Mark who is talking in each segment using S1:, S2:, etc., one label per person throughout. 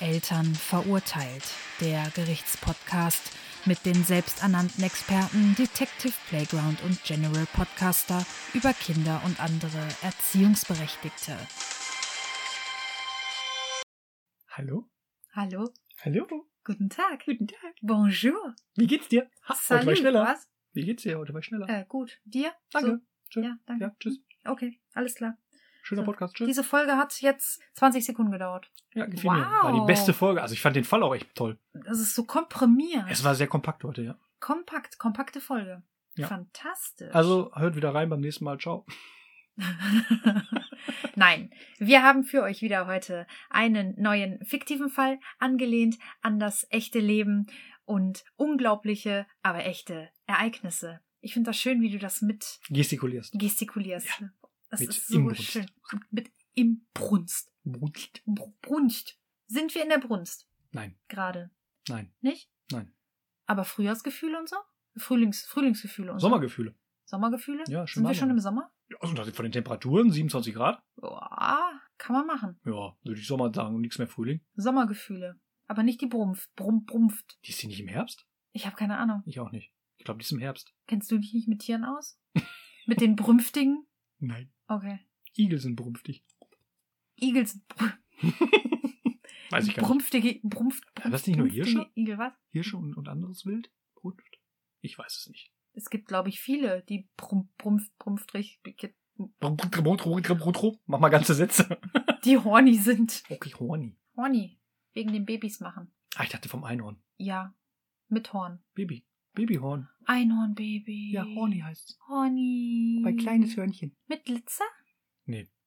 S1: Eltern verurteilt. Der Gerichtspodcast mit den selbsternannten Experten Detective Playground und General Podcaster über Kinder und andere Erziehungsberechtigte.
S2: Hallo?
S1: Hallo,
S2: Hallo?
S1: guten Tag.
S2: Guten Tag.
S1: Bonjour.
S2: Wie geht's dir? Ha, heute war ich schneller.
S1: was?
S2: Wie geht's dir? Heute war ich schneller.
S1: Äh, gut. Dir?
S2: danke.
S1: So, ja, danke.
S2: Ja, tschüss.
S1: Okay, alles klar.
S2: Schöner
S1: So.
S2: Podcast. Tschüss.
S1: Diese Folge hat jetzt 20 Sekunden gedauert.
S2: Ja, gefiel mir.
S1: Wow.
S2: War die beste Folge. Also ich fand den Fall auch echt toll.
S1: Das ist so komprimiert.
S2: Es war sehr kompakt heute, ja.
S1: Kompakt, kompakte Folge.
S2: Ja.
S1: Fantastisch.
S2: Also hört wieder rein beim nächsten Mal. Ciao.
S1: Nein, wir haben für euch wieder heute einen neuen fiktiven Fall angelehnt an das echte Leben und unglaubliche, aber echte Ereignisse. Ich finde das schön, wie du das mit
S2: Gestikulierst. ne?
S1: gestikulierst. Das
S2: mit
S1: ist so
S2: Inbrunst.
S1: schön. Mit Imbrunst.
S2: Brutst.
S1: Br- Brunst. Sind wir in der Brunst
S2: Nein,
S1: gerade,
S2: nein.
S1: nicht?
S2: Nein.
S1: Aber Frühjahrsgefühle und so? Frühlings, Frühlingsgefühle und
S2: Sommergefühle.
S1: so? Sommergefühle?
S2: Ja,
S1: Also,
S2: schon
S1: Sind wir
S2: warm.
S1: schon im Sommer?
S2: Ja, also das- von den Temperaturen 27 Grad.
S1: Boah, kann man machen.
S2: Ja, würde ich Sommer sagen und nichts mehr Frühling.
S1: Sommergefühle. Aber nicht die Brumpf, Brumpf, Brumpft.
S2: Die ist die nicht im Herbst?
S1: Ich habe keine Ahnung.
S2: Ich auch nicht. Ich glaube, die ist im Herbst.
S1: Kennst du dich nicht mit Tieren aus? mit den Brümpftigen?
S2: Nein.
S1: Okay.
S2: Igel sind brumftig.
S1: Igel sind brü-
S2: Weiß ich gar nicht.
S1: Brümpftige, Brumpf,
S2: Ja, das nicht nur
S1: brümpftige
S2: Hirsche?
S1: Igel, was?
S2: Hirsche und, und anderes Wild? Brunft? Ich weiß es nicht.
S1: Es gibt, glaube ich, viele, die Brumpf, Brumpf, Brumpftrig,
S2: Mach mal ganze Sätze.
S1: die horny sind.
S2: Okay, horny.
S1: Horny. Wegen den Babys machen.
S2: Ah, ich dachte vom Einhorn.
S1: Ja. Mit Horn.
S2: Baby. Babyhorn.
S1: Einhornbaby.
S2: Ja, horny heißt's.
S1: Horny.
S2: Bei kleines Hörnchen.
S1: Mit Glitzer?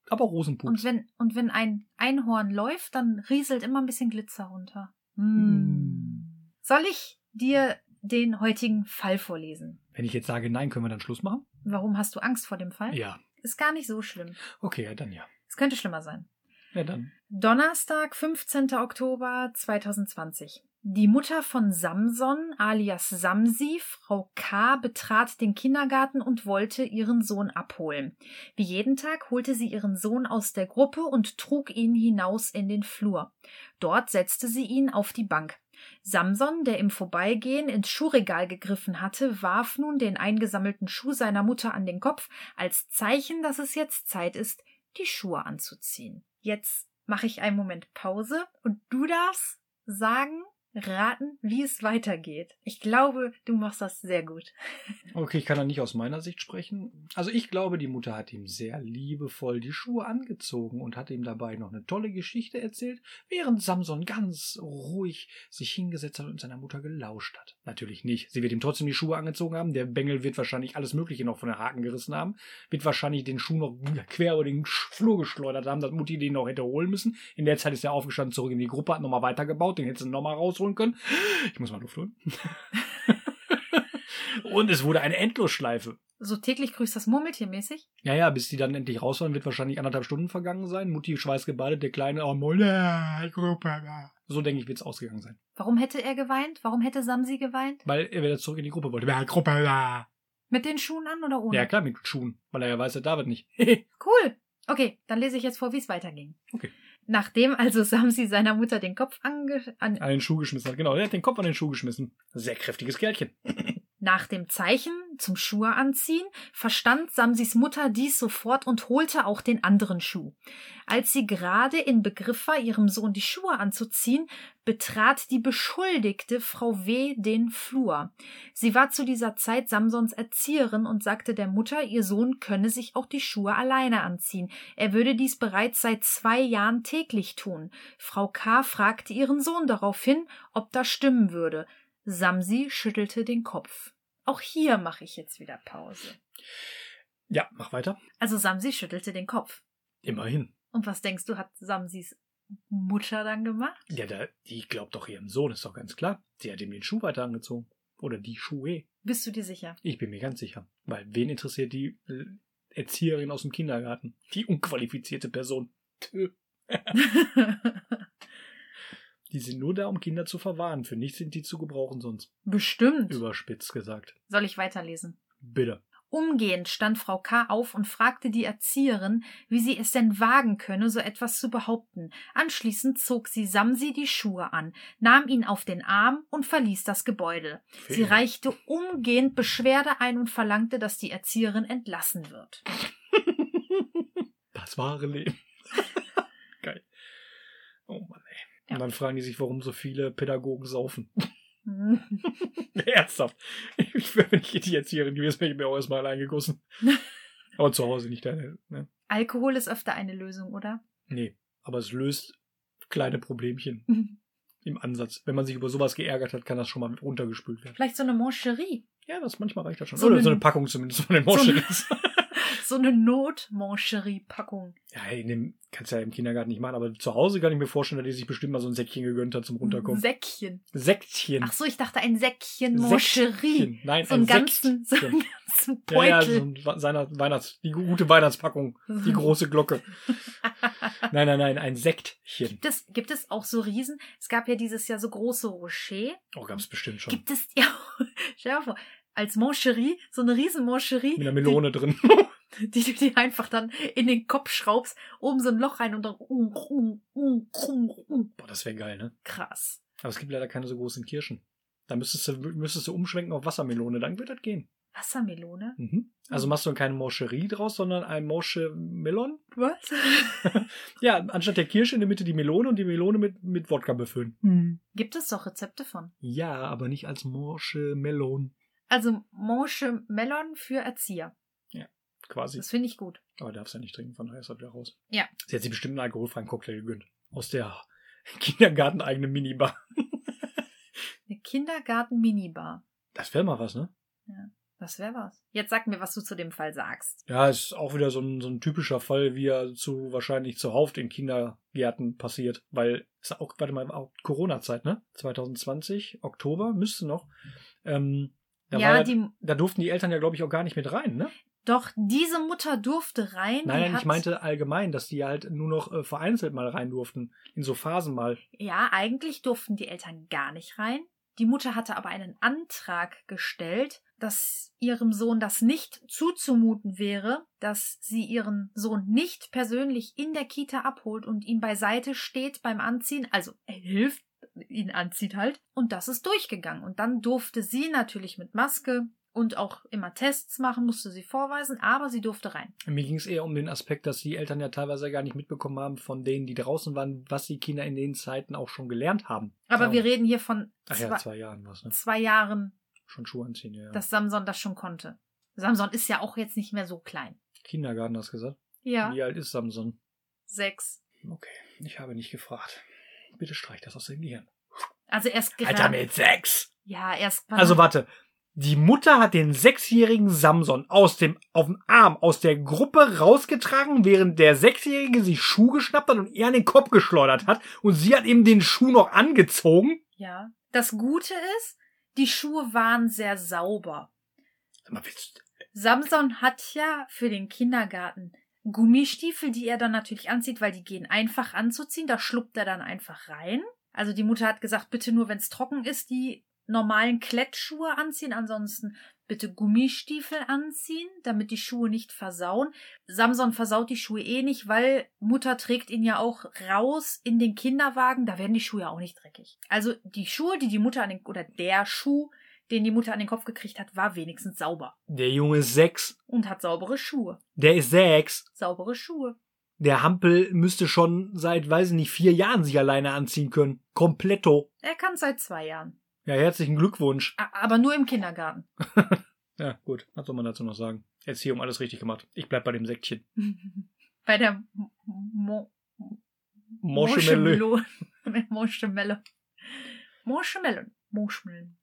S2: Aber
S1: Und
S2: Rosenpups.
S1: wenn, und wenn ein Einhorn läuft, dann rieselt immer ein bisschen Glitzer runter. Hm.
S2: Mm.
S1: Soll ich dir den heutigen Fall vorlesen?
S2: Wenn ich jetzt sage nein, können wir dann Schluss machen?
S1: Warum hast du Angst vor dem Fall?
S2: Ja.
S1: Ist gar nicht so schlimm.
S2: Okay, ja, dann ja.
S1: Es könnte schlimmer sein.
S2: Ja, dann.
S1: Donnerstag, 15. Oktober 2020. Die Mutter von Samson alias Samsi, Frau K., betrat den Kindergarten und wollte ihren Sohn abholen. Wie jeden Tag holte sie ihren Sohn aus der Gruppe und trug ihn hinaus in den Flur. Dort setzte sie ihn auf die Bank. Samson, der im Vorbeigehen ins Schuhregal gegriffen hatte, warf nun den eingesammelten Schuh seiner Mutter an den Kopf, als Zeichen, dass es jetzt Zeit ist, die Schuhe anzuziehen. Jetzt mache ich einen Moment Pause und du darfst sagen, raten, wie es weitergeht. Ich glaube, du machst das sehr gut.
S2: Okay, ich kann da nicht aus meiner Sicht sprechen. Also ich glaube, die Mutter hat ihm sehr liebevoll die Schuhe angezogen und hat ihm dabei noch eine tolle Geschichte erzählt, während Samson ganz ruhig sich hingesetzt hat und seiner Mutter gelauscht hat. Natürlich nicht. Sie wird ihm trotzdem die Schuhe angezogen haben. Der Bengel wird wahrscheinlich alles Mögliche noch von den Haken gerissen haben, wird wahrscheinlich den Schuh noch quer über den Sch- Flur geschleudert haben, dass Mutti den noch hätte holen müssen. In der Zeit ist er aufgestanden, zurück in die Gruppe, hat nochmal weitergebaut, den hätte sie nochmal rausholen können. Ich muss mal Luft holen. Und es wurde eine Endlosschleife.
S1: So täglich grüßt das Murmeltier mäßig.
S2: Ja, ja, bis die dann endlich raus waren, wird wahrscheinlich anderthalb Stunden vergangen sein. Mutti schweißgebadet, der kleine oh, Moll, äh, Gruppe, äh. So denke ich, wird's ausgegangen sein.
S1: Warum hätte er geweint? Warum hätte Samsi geweint?
S2: Weil er wieder zurück in die Gruppe wollte. Äh, Gruppe, äh.
S1: Mit den Schuhen an oder ohne?
S2: Ja, klar, mit Schuhen. Weil er ja weiß, er darf es nicht.
S1: Cool. Okay, dann lese ich jetzt vor, wie es weiterging.
S2: Okay.
S1: Nachdem also Samsi seiner Mutter den Kopf ange an
S2: an den Schuh geschmissen hat. Genau, er hat den Kopf an den Schuh geschmissen. Sehr kräftiges Kerlchen.
S1: Nach dem Zeichen zum Schuhe anziehen verstand Samsis Mutter dies sofort und holte auch den anderen Schuh. Als sie gerade in Begriff war, ihrem Sohn die Schuhe anzuziehen, betrat die Beschuldigte Frau W. den Flur. Sie war zu dieser Zeit Samsons Erzieherin und sagte der Mutter, ihr Sohn könne sich auch die Schuhe alleine anziehen. Er würde dies bereits seit zwei Jahren täglich tun. Frau K. fragte ihren Sohn daraufhin, ob das stimmen würde. Samsi schüttelte den Kopf. Auch hier mache ich jetzt wieder Pause.
S2: Ja, mach weiter.
S1: Also Samsi schüttelte den Kopf.
S2: Immerhin.
S1: Und was denkst du, hat Samsis Mutter dann gemacht?
S2: Ja, da, die glaubt doch ihrem Sohn, ist doch ganz klar. Sie hat ihm den Schuh weiter angezogen. Oder die Schuhe.
S1: Bist du dir sicher?
S2: Ich bin mir ganz sicher. Weil wen interessiert die äh, Erzieherin aus dem Kindergarten? Die unqualifizierte Person. Tö. Die sind nur da, um Kinder zu verwahren. Für nichts sind die zu gebrauchen sonst.
S1: Bestimmt.
S2: Überspitzt gesagt.
S1: Soll ich weiterlesen?
S2: Bitte.
S1: Umgehend stand Frau K. auf und fragte die Erzieherin, wie sie es denn wagen könne, so etwas zu behaupten. Anschließend zog sie Samsi die Schuhe an, nahm ihn auf den Arm und verließ das Gebäude. Sie
S2: Fair.
S1: reichte umgehend Beschwerde ein und verlangte, dass die Erzieherin entlassen wird.
S2: Das wahre Leben. Geil. Oh Mann, ey.
S1: Ja.
S2: Und dann fragen die sich, warum so viele Pädagogen saufen.
S1: Hm.
S2: Ernsthaft. Ich wär, wenn ich die Erzieherin gewesen wäre, hätte ich mir auch erstmal allein gegossen. Aber zu Hause nicht deine. Ne?
S1: Alkohol ist öfter eine Lösung, oder?
S2: Nee. Aber es löst kleine Problemchen im Ansatz. Wenn man sich über sowas geärgert hat, kann das schon mal runtergespült werden.
S1: Vielleicht so eine Mancherie.
S2: Ja, das manchmal reicht das schon.
S1: So
S2: Oder
S1: ein-
S2: so eine Packung zumindest von den
S1: So ein-
S2: Moscheles.
S1: So eine Not-Mancherie-Packung.
S2: ja, hey, in dem, kannst du ja im Kindergarten nicht machen, aber zu Hause kann ich mir vorstellen, dass die sich bestimmt mal so ein Säckchen gegönnt hat zum Runterkommen.
S1: Säckchen.
S2: Sektchen.
S1: Ach so, ich dachte ein Säckchen
S2: Säckchen.
S1: Mancherie.
S2: Nein,
S1: So
S2: ein
S1: einen ganzen, so
S2: Säckchen.
S1: einen ganzen
S2: Ja, ja,
S1: Beutel. Mhm.
S2: so ein Wa- seiner Weihnachts, die gute Weihnachtspackung, die große Glocke. Nein, nein, nein, ein Sektchen.
S1: Gibt es, gibt es auch so Riesen? Es gab ja dieses Jahr so große Rocher.
S2: Oh, gab's bestimmt schon.
S1: Gibt es, ja, stell dir mal vor, als Mancherie, so eine riesen Mancherie,
S2: Mit einer Melone drin.
S1: die, die du dir einfach dann in den Kopf schraubst, oben so ein Loch rein und dann um, um, um, um, um.
S2: Boah, das wäre geil, ne?
S1: Krass.
S2: Aber es gibt leider keine so großen Kirschen. Da müsstest du, müsstest du umschwenken auf Wassermelone, dann wird das gehen.
S1: Wassermelone?
S2: Mhm. Also machst du dann keine Moscherie draus, sondern ein Moschemelon.
S1: Was?
S2: Ja, anstatt der Kirsche in der Mitte die Melone und die Melone mit, mit Wodka befüllen.
S1: Gibt es doch Rezepte von?
S2: Ja, aber nicht als Moschemelon.
S1: Also Manche Melon für Erzieher.
S2: Quasi.
S1: Das finde ich gut.
S2: Aber darfst ja nicht trinken, von daher ist das wieder raus.
S1: Ja.
S2: Sie hat sich bestimmt einen alkoholfreien Cocktail gegönnt. Aus der Kindergarteneigenen Minibar.
S1: Eine Kindergarten-Minibar.
S2: Das wäre mal was, ne?
S1: Das wäre was. Jetzt sag mir, was du zu dem Fall sagst.
S2: Ja, ist auch wieder so ein, so ein typischer Fall, wie er zu wahrscheinlich zuhauf in Kindergärten passiert. Weil es ist auch, warte mal, auch Corona-Zeit, ne? 2020, Oktober, müsste noch. Ähm, da,
S1: ja,
S2: war ja,
S1: die,
S2: da durften die Eltern ja, glaube ich, auch gar nicht mit rein, ne?
S1: doch diese Mutter durfte rein.
S2: Nein,
S1: die
S2: nein, ich
S1: hat-
S2: meinte allgemein, dass die halt nur noch äh, vereinzelt mal rein durften. In so Phasen mal.
S1: Ja, eigentlich durften die Eltern gar nicht rein. Die Mutter hatte aber einen Antrag gestellt, dass ihrem Sohn das nicht zuzumuten wäre, dass sie ihren Sohn nicht persönlich in der Kita abholt und ihm beiseite steht beim Anziehen, also er hilft, ihn anzieht halt. Und das ist durchgegangen. Und dann durfte sie natürlich mit Maske und auch immer Tests machen, musste sie vorweisen, aber sie durfte rein.
S2: Mir ging es eher um den Aspekt, dass die Eltern ja teilweise gar nicht mitbekommen haben von denen, die draußen waren, was die Kinder in den Zeiten auch schon gelernt haben.
S1: Aber wir
S2: reden.
S1: reden hier von
S2: Ach
S1: zwei,
S2: ja, zwei Jahren was, ne?
S1: zwei Jahren
S2: Schon Schuhe anziehen, ja. ja.
S1: dass Samson das schon konnte. Samson ist ja auch jetzt nicht mehr so klein.
S2: Kindergarten hast du gesagt.
S1: Ja.
S2: Wie alt ist Samson?
S1: Sechs.
S2: Okay, ich habe nicht gefragt. Bitte streich das aus dem Gehirn.
S1: Also erst gerade.
S2: Alter, mit sechs!
S1: Ja, erst
S2: Also warte. Die Mutter hat den sechsjährigen Samson aus dem, auf dem Arm aus der Gruppe rausgetragen, während der Sechsjährige sich Schuh geschnappt hat und er an den Kopf geschleudert hat. Und sie hat eben den Schuh noch angezogen.
S1: Ja. Das Gute ist, die Schuhe waren sehr sauber.
S2: Sag mal, willst du-
S1: Samson hat ja für den Kindergarten Gummistiefel, die er dann natürlich anzieht, weil die gehen einfach anzuziehen. Da schluppt er dann einfach rein. Also die Mutter hat gesagt, bitte nur, wenn es trocken ist, die normalen Klettschuhe anziehen. Ansonsten bitte Gummistiefel anziehen, damit die Schuhe nicht versauen. Samson versaut die Schuhe eh nicht, weil Mutter trägt ihn ja auch raus in den Kinderwagen. Da werden die Schuhe ja auch nicht dreckig. Also die Schuhe, die die Mutter an den, oder der Schuh, den die Mutter an den Kopf gekriegt hat, war wenigstens sauber
S2: Der Junge ist sechs.
S1: und hat saubere Schuhe.
S2: Der ist sechs.
S1: Saubere Schuhe.
S2: Der Hampel müsste schon seit, weiß ich nicht, vier Jahren sich alleine anziehen können. Kompletto.
S1: Er kann seit zwei Jahren.
S2: Ja, herzlichen Glückwunsch.
S1: A- Aber nur im Kindergarten.
S2: Ja, gut. Was soll man dazu noch sagen? Erziehung, alles richtig gemacht. Ich bleib bei dem Säckchen.
S1: Bei der M- Mo
S2: Moschemelö.
S1: Moschemelon. Moschemelon. Moschemelon.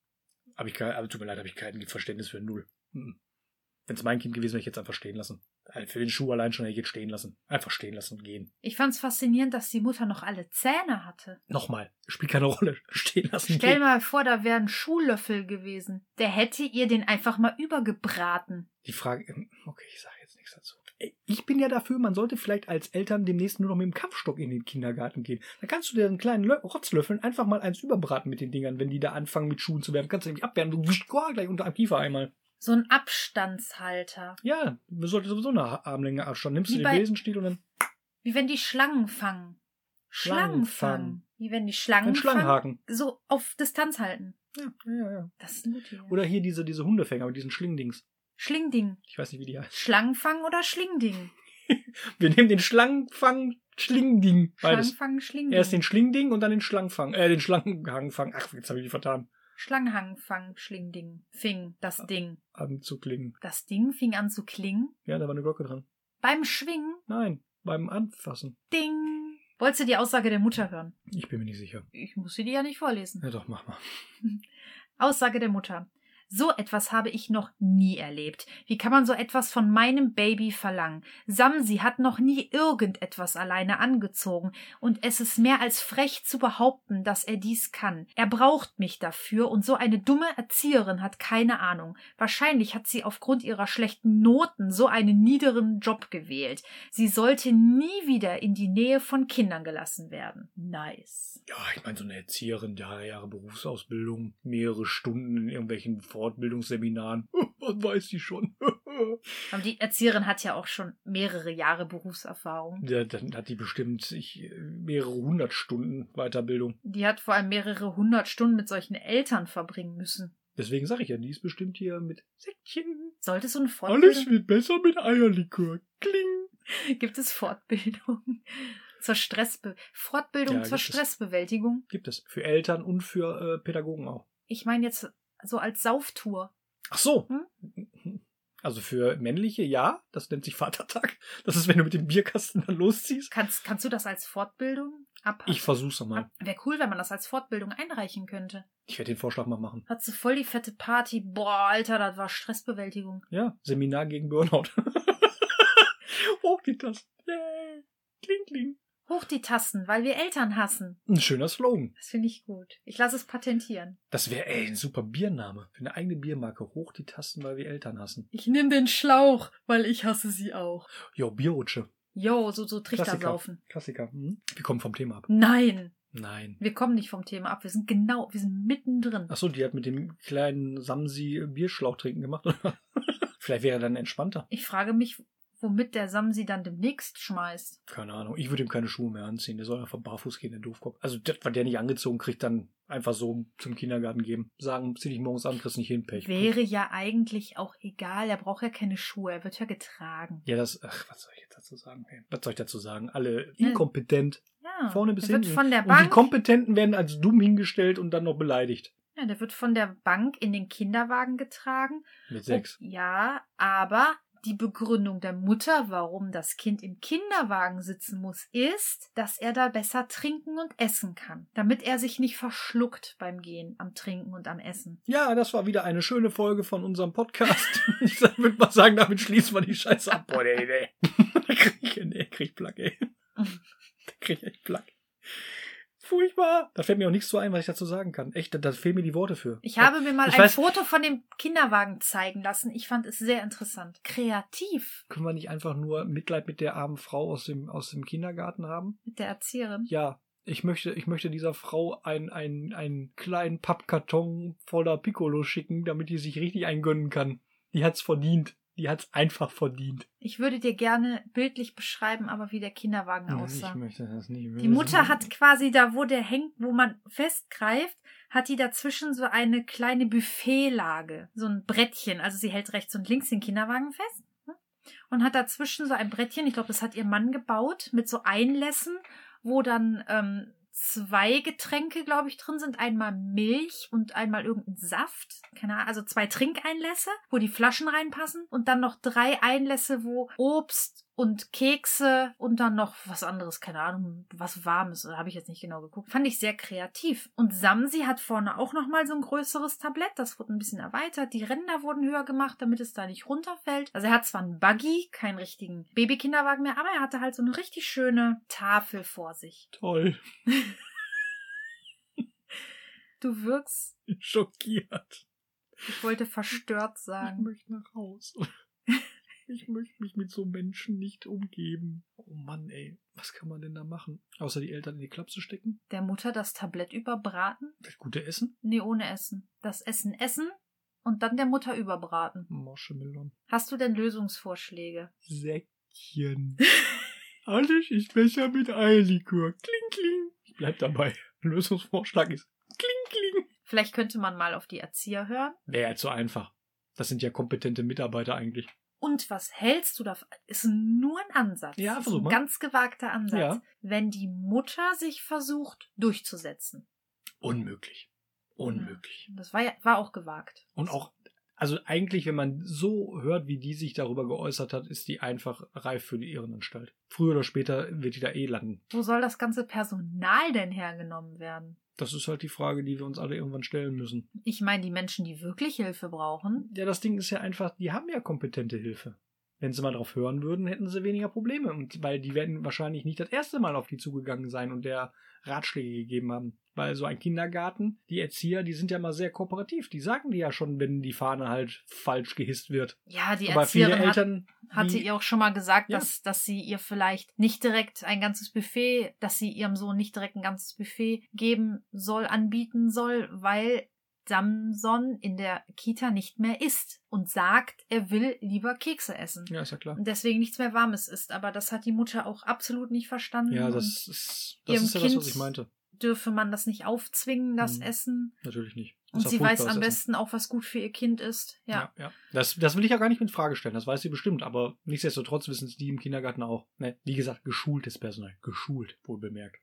S2: Hab ich, kein- aber tut mir leid, habe ich kein Verständnis für null. Wenn es mein Kind gewesen wäre, hätte ich jetzt einfach stehen lassen. Also Für den Schuh allein schon hätte ich jetzt stehen lassen. Einfach stehen lassen und gehen.
S1: Ich fand's faszinierend, dass die Mutter noch alle Zähne hatte.
S2: Nochmal. Spielt keine Rolle. Stehen lassen.
S1: Stell
S2: gehen.
S1: mal vor, da wäre ein Schuhlöffel gewesen. Der hätte ihr den einfach mal übergebraten.
S2: Die Frage, ähm, okay, ich sage jetzt nichts dazu. Ey, Ich bin ja dafür, man sollte vielleicht als Eltern demnächst nur noch mit dem Kampfstock in den Kindergarten gehen. Da kannst du dir einen kleinen Lö- Rotzlöffeln einfach mal eins überbraten mit den Dingern, wenn die da anfangen mit Schuhen zu werfen. Kannst du nämlich abwehren, du wischst, oh, gleich unter am Kiefer einmal.
S1: So ein Abstandshalter.
S2: Ja, wir sollten sowieso eine Armlänge Abstand. Nimmst
S1: Wie
S2: du den
S1: bei-
S2: Besenstiel und dann
S1: Wie wenn die Schlangen fangen. Schlangen
S2: Schlangen
S1: fangen.
S2: fangen.
S1: Wie wenn die Schlangen
S2: einen
S1: fangen.
S2: Schlangenhaken.
S1: So auf Distanz halten.
S2: Ja, ja, ja.
S1: Das ist eine gute Idee.
S2: Oder hier diese, diese Hundefänger mit diesen Schlingdings.
S1: Schlingding.
S2: Ich weiß nicht, wie die heißen.
S1: Schlangenfang oder Schlingding?
S2: Wir nehmen den Schlangenfang, Schlingding. Beides.
S1: Schlangenfang, Schlingding.
S2: Erst den Schlingding und dann den Schlangenfang. Äh, den Schlangenhakenfang. Ach, jetzt habe ich die vertan.
S1: Schlangenhangfang, Schlingding. Fing, das Ding.
S2: Anzuklingen.
S1: Das Ding fing an zu klingen.
S2: Ja, da war eine Glocke dran.
S1: Beim Schwingen.
S2: Nein, beim Anfassen.
S1: Ding. Wolltest du die Aussage der Mutter hören?
S2: Ich bin mir nicht sicher.
S1: Ich muss sie dir ja nicht vorlesen.
S2: Ja, doch, mach mal.
S1: Aussage der Mutter. So etwas habe ich noch nie erlebt. Wie kann man so etwas von meinem Baby verlangen? Samsi hat noch nie irgendetwas alleine angezogen, und es ist mehr als frech zu behaupten, dass er dies kann. Er braucht mich dafür, und so eine dumme Erzieherin hat keine Ahnung. Wahrscheinlich hat sie aufgrund ihrer schlechten Noten so einen niederen Job gewählt. Sie sollte nie wieder in die Nähe von Kindern gelassen werden. Nice.
S2: Ja, ich meine, so eine Erzieherin, drei Jahre Berufsausbildung, mehrere Stunden in irgendwelchen Fortbildungsseminaren. Was weiß die schon?
S1: Aber die Erzieherin hat ja auch schon mehrere Jahre Berufserfahrung.
S2: ja, dann hat die bestimmt ich, mehrere hundert Stunden Weiterbildung.
S1: Die hat vor allem mehrere hundert Stunden mit solchen Eltern verbringen müssen.
S2: Deswegen sage ich ja, die ist bestimmt hier mit Säckchen.
S1: Sollte so eine Fortbildung.
S2: Alles wird besser mit Eierlikör. Kling.
S1: Gibt es Fortbildung zur Stressbe Fortbildung
S2: Ja,
S1: zur
S2: gibt es.
S1: Stressbewältigung?
S2: Gibt es. Für Eltern und für äh, Pädagogen auch.
S1: Ich meine jetzt so als Sauftour.
S2: Ach so. Also für männliche, ja. Das nennt sich Vatertag. Das ist, wenn du mit dem Bierkasten dann losziehst.
S1: Kannst, kannst du das als Fortbildung abhaken?
S2: Ich versuch's mal.
S1: Wäre cool, wenn man das als Fortbildung einreichen könnte.
S2: Ich werde den Vorschlag mal machen.
S1: Hat so voll die fette Party. Boah, Alter, das war Stressbewältigung.
S2: Ja, Seminar gegen Burnout. Hoch geht das. Yay. Kling, kling.
S1: Hoch die Tassen, weil wir Eltern hassen.
S2: Ein schöner Slogan.
S1: Das finde ich gut. Ich lasse es patentieren.
S2: Das wäre, ey, ein super Biername. Für eine eigene Biermarke. Hoch die Tasten, weil wir Eltern hassen.
S1: Ich nehme den Schlauch, weil ich hasse sie auch.
S2: Jo, Bierrutsche.
S1: Jo, so, so Trichter
S2: Klassiker.
S1: saufen.
S2: Klassiker. Mhm. Wir kommen vom Thema ab.
S1: Nein,
S2: Nein.
S1: wir kommen nicht vom Thema ab. Wir sind genau, wir sind mittendrin.
S2: Achso, die hat mit dem kleinen Samsi Bierschlauch trinken gemacht. oder? Vielleicht wäre er dann entspannter.
S1: Ich frage mich, womit der Samsi dann demnächst schmeißt.
S2: Keine Ahnung. Ich würde ihm keine Schuhe mehr anziehen. Der soll einfach barfuß gehen, der Doofkopf. Also, das, was der nicht angezogen kriegt, dann einfach so zum Kindergarten geben. Sagen, zieh dich morgens an, kriegst nicht hin, Pech.
S1: Wäre ja eigentlich auch egal. Er braucht ja keine Schuhe. Er wird ja getragen.
S2: Ja, das, ach, was soll ich jetzt dazu sagen? Ey? Was soll ich dazu sagen? Alle
S1: Ja.
S2: inkompetent.
S1: Ja.
S2: Vorne bis
S1: der wird
S2: hinten.
S1: von Äh, der
S2: Und die
S1: Bank.
S2: Kompetenten werden als dumm hingestellt und dann noch beleidigt.
S1: ja, der wird von der Bank in den Kinderwagen getragen.
S2: Mit sechs.
S1: Oh, ja, aber die Begründung der Mutter, warum das Kind im Kinderwagen sitzen muss, ist, dass er da besser trinken und essen kann, damit er sich nicht verschluckt beim Gehen, am Trinken und am Essen.
S2: Ja, das war wieder eine schöne Folge von unserem Podcast. ich würde mal sagen, damit schließen wir die Scheiße ab. Boah, nee, nee. da krieg ich, nee, krieg ich Plack, ey. Da krieg ich echt Plack. Furchtbar. Da fällt mir auch nichts so ein, was ich dazu sagen kann. Echt, da, da fehlen mir die Worte für.
S1: Ich habe mir mal
S2: Ich
S1: ein
S2: weiß-
S1: Foto von dem Kinderwagen zeigen lassen. Ich fand es sehr interessant. Kreativ
S2: Können wir nicht einfach nur Mitleid mit der armen Frau aus dem, aus dem Kindergarten haben?
S1: mit der Erzieherin.
S2: ja, ich möchte, ich möchte dieser Frau einen, einen, einen kleinen Pappkarton voller Piccolo schicken, damit die sich richtig eingönnen kann. Die hat's verdient. Die hat's einfach verdient.
S1: Ich würde dir gerne bildlich beschreiben, aber wie der Kinderwagen aussah.
S2: möchte das nicht.
S1: Die Mutter hat quasi da, wo der hängt, wo man festgreift, hat die dazwischen so eine kleine Buffetlage, so ein Brettchen. Also sie hält rechts und links den Kinderwagen fest ne? und hat dazwischen so ein Brettchen. Ich glaube, das hat ihr Mann gebaut mit so Einlässen, wo dann ähm, zwei Getränke, glaube ich, drin sind. Einmal Milch und einmal irgendein Saft. Keine Ahnung, also zwei Trinkeinlässe, wo die Flaschen reinpassen und dann noch drei Einlässe, wo Obst und Kekse und dann noch was anderes, keine Ahnung, was warmes, habe ich jetzt nicht genau geguckt. Fand ich sehr kreativ. Und Samsi hat vorne auch noch mal so ein größeres Tablett, das wurde ein bisschen erweitert, die Ränder wurden höher gemacht, damit es da nicht runterfällt. Also er hat zwar einen Buggy, keinen richtigen Babykinderwagen mehr, aber er hatte halt so eine richtig schöne Tafel vor sich.
S2: Toll.
S1: Du wirkst,
S2: Schockiert.
S1: ich wollte verstört
S2: Ich
S1: sagen.
S2: möchte nach Haus. Ich möchte mich mit so Menschen nicht umgeben. Oh Mann, ey. Was kann man denn da machen? Außer die Eltern in die Klapse stecken?
S1: Der Mutter das Tablett überbraten?
S2: Das gute Essen?
S1: Nee, ohne Essen. Das Essen essen und dann der Mutter überbraten.
S2: Moschemelon.
S1: Hast du denn Lösungsvorschläge?
S2: Säckchen. Alles ist besser mit Eierlikör. Kling, kling. Ich bleib dabei. Lösungsvorschlag ist kling, kling.
S1: Vielleicht könnte man mal auf die Erzieher hören.
S2: Wäre ja zu einfach. Das sind ja kompetente Mitarbeiter eigentlich.
S1: Und was hältst du davon? Ist nur ein Ansatz.
S2: Ja,
S1: ist
S2: versuch
S1: ein
S2: mal.
S1: ganz gewagter Ansatz.
S2: Ja.
S1: Wenn die Mutter sich versucht, durchzusetzen.
S2: Unmöglich. Unmöglich.
S1: Das war, ja, war auch gewagt.
S2: Und auch, also eigentlich, wenn man so hört, wie die sich darüber geäußert hat, ist die einfach reif für die Irrenanstalt. Früher oder später wird die da eh landen.
S1: Wo soll das ganze Personal denn hergenommen werden?
S2: Das ist halt die Frage, die wir uns alle irgendwann stellen müssen.
S1: Ich meine, die Menschen, die wirklich Hilfe brauchen.
S2: Ja, das Ding ist ja einfach, die haben ja kompetente Hilfe. Wenn sie mal drauf hören würden, hätten sie weniger Probleme. Und weil die werden wahrscheinlich nicht das erste Mal auf die zugegangen sein und der Ratschläge gegeben haben. Weil so ein Kindergarten, die Erzieher, die sind ja mal sehr kooperativ. Die sagen dir ja schon, wenn die Fahne halt falsch gehisst wird.
S1: Ja, die
S2: Aber viele
S1: Erzieherin hat,
S2: Eltern
S1: hatte
S2: die-
S1: ihr auch schon mal gesagt,
S2: Mhm. Ja.
S1: dass, dass sie ihr vielleicht nicht direkt ein ganzes Buffet, dass sie ihrem Sohn nicht direkt ein ganzes Buffet geben soll, anbieten soll, weil Samson in der Kita nicht mehr isst und sagt, er will lieber Kekse essen.
S2: Ja, ist ja klar.
S1: Und deswegen nichts mehr Warmes isst. Aber das hat die Mutter auch absolut nicht verstanden.
S2: Ja,
S1: und
S2: das ist, das
S1: Mhm. ihrem
S2: ist ja das, was
S1: Kind-
S2: ich meinte.
S1: dürfe man das nicht aufzwingen, das
S2: Mhm.
S1: Essen.
S2: Natürlich nicht.
S1: Und
S2: Ist ja
S1: sie
S2: furchtbar,
S1: weiß
S2: das
S1: am
S2: Essen.
S1: besten auch, was gut für ihr Kind ist. Ja.
S2: Ja, ja. Das, das will ich ja gar nicht mit Frage stellen, das weiß sie bestimmt, aber nichtsdestotrotz wissen es die im Kindergarten auch. Ne, wie gesagt, geschultes Personal, geschult, wohl bemerkt.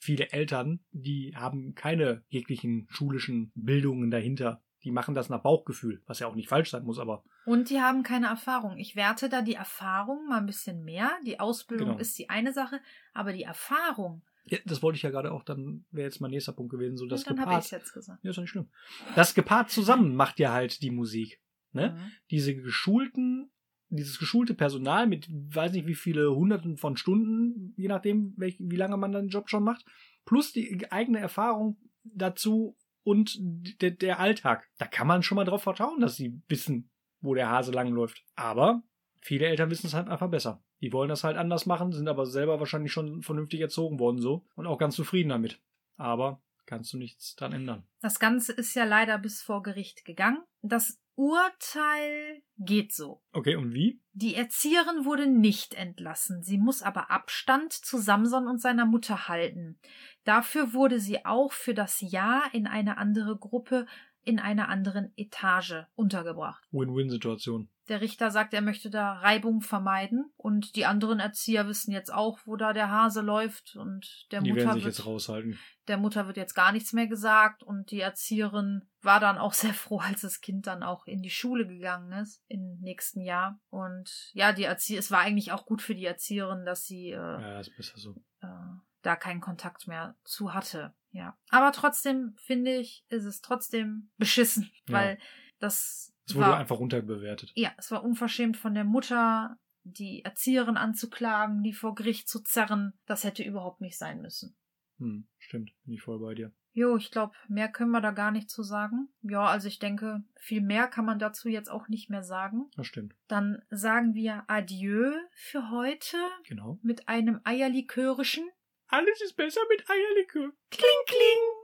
S2: Viele Eltern, die haben keine jeglichen schulischen Bildungen dahinter. Die machen das nach Bauchgefühl, was ja auch nicht falsch sein muss, aber
S1: Und die haben keine Erfahrung. Ich werte da die Erfahrung mal ein bisschen mehr. Die Ausbildung
S2: Genau.
S1: ist die eine Sache, aber die Erfahrung,
S2: Ja, das wollte ich ja gerade auch, dann wäre jetzt mein nächster Punkt gewesen, so das
S1: und dann habe ich
S2: gepaart.
S1: es jetzt gesagt.
S2: Ja, ist ja nicht schlimm. Das gepaart zusammen macht ja halt die Musik. Ne?
S1: Mhm.
S2: diese geschulten, dieses geschulte Personal mit weiß nicht wie viele hunderten von Stunden, je nachdem, welch, wie lange man den Job schon macht, plus die eigene Erfahrung dazu und der, der Alltag. Da kann man schon mal drauf vertrauen, dass sie wissen, wo der Hase langläuft. Aber viele Eltern wissen es halt einfach besser. Die wollen das halt anders machen, sind aber selber wahrscheinlich schon vernünftig erzogen worden so und auch ganz zufrieden damit. Aber kannst du nichts dran ändern.
S1: Das Ganze ist ja leider bis vor Gericht gegangen. Das Urteil geht so.
S2: Okay, und wie?
S1: Die Erzieherin wurde nicht entlassen. Sie muss aber Abstand zu Samson und seiner Mutter halten. Dafür wurde sie auch für das Jahr in eine andere Gruppe in einer anderen Etage untergebracht.
S2: Win-Win-Situation.
S1: Der Richter sagt, er möchte da Reibung vermeiden und die anderen Erzieher wissen jetzt auch, wo da der Hase läuft und der
S2: Die werden
S1: Mutter
S2: sich jetzt
S1: wird,
S2: raushalten.
S1: der Mutter wird jetzt gar nichts mehr gesagt und die Erzieherin war dann auch sehr froh, als das Kind dann auch in die Schule gegangen ist im nächsten Jahr und ja, die Erzieher, es war eigentlich auch gut für die Erzieherin, dass sie äh,
S2: Ja, ist besser so.
S1: äh, da keinen Kontakt mehr zu hatte. Ja. Aber trotzdem finde ich, ist es trotzdem beschissen,
S2: Ja.
S1: weil das
S2: Es wurde
S1: war
S2: einfach runterbewertet.
S1: ja, es war unverschämt von der Mutter, die Erzieherin anzuklagen, die vor Gericht zu zerren. Das hätte überhaupt nicht sein müssen.
S2: Hm, stimmt, bin ich voll bei dir.
S1: Jo, ich glaube, mehr können wir da gar nicht zu sagen. Ja, also ich denke, viel mehr kann man dazu jetzt auch nicht mehr sagen.
S2: Das stimmt.
S1: Dann sagen wir Adieu für heute
S2: Genau.
S1: mit einem eierlikörischen
S2: Alles ist besser mit Eierlikör. Kling, kling.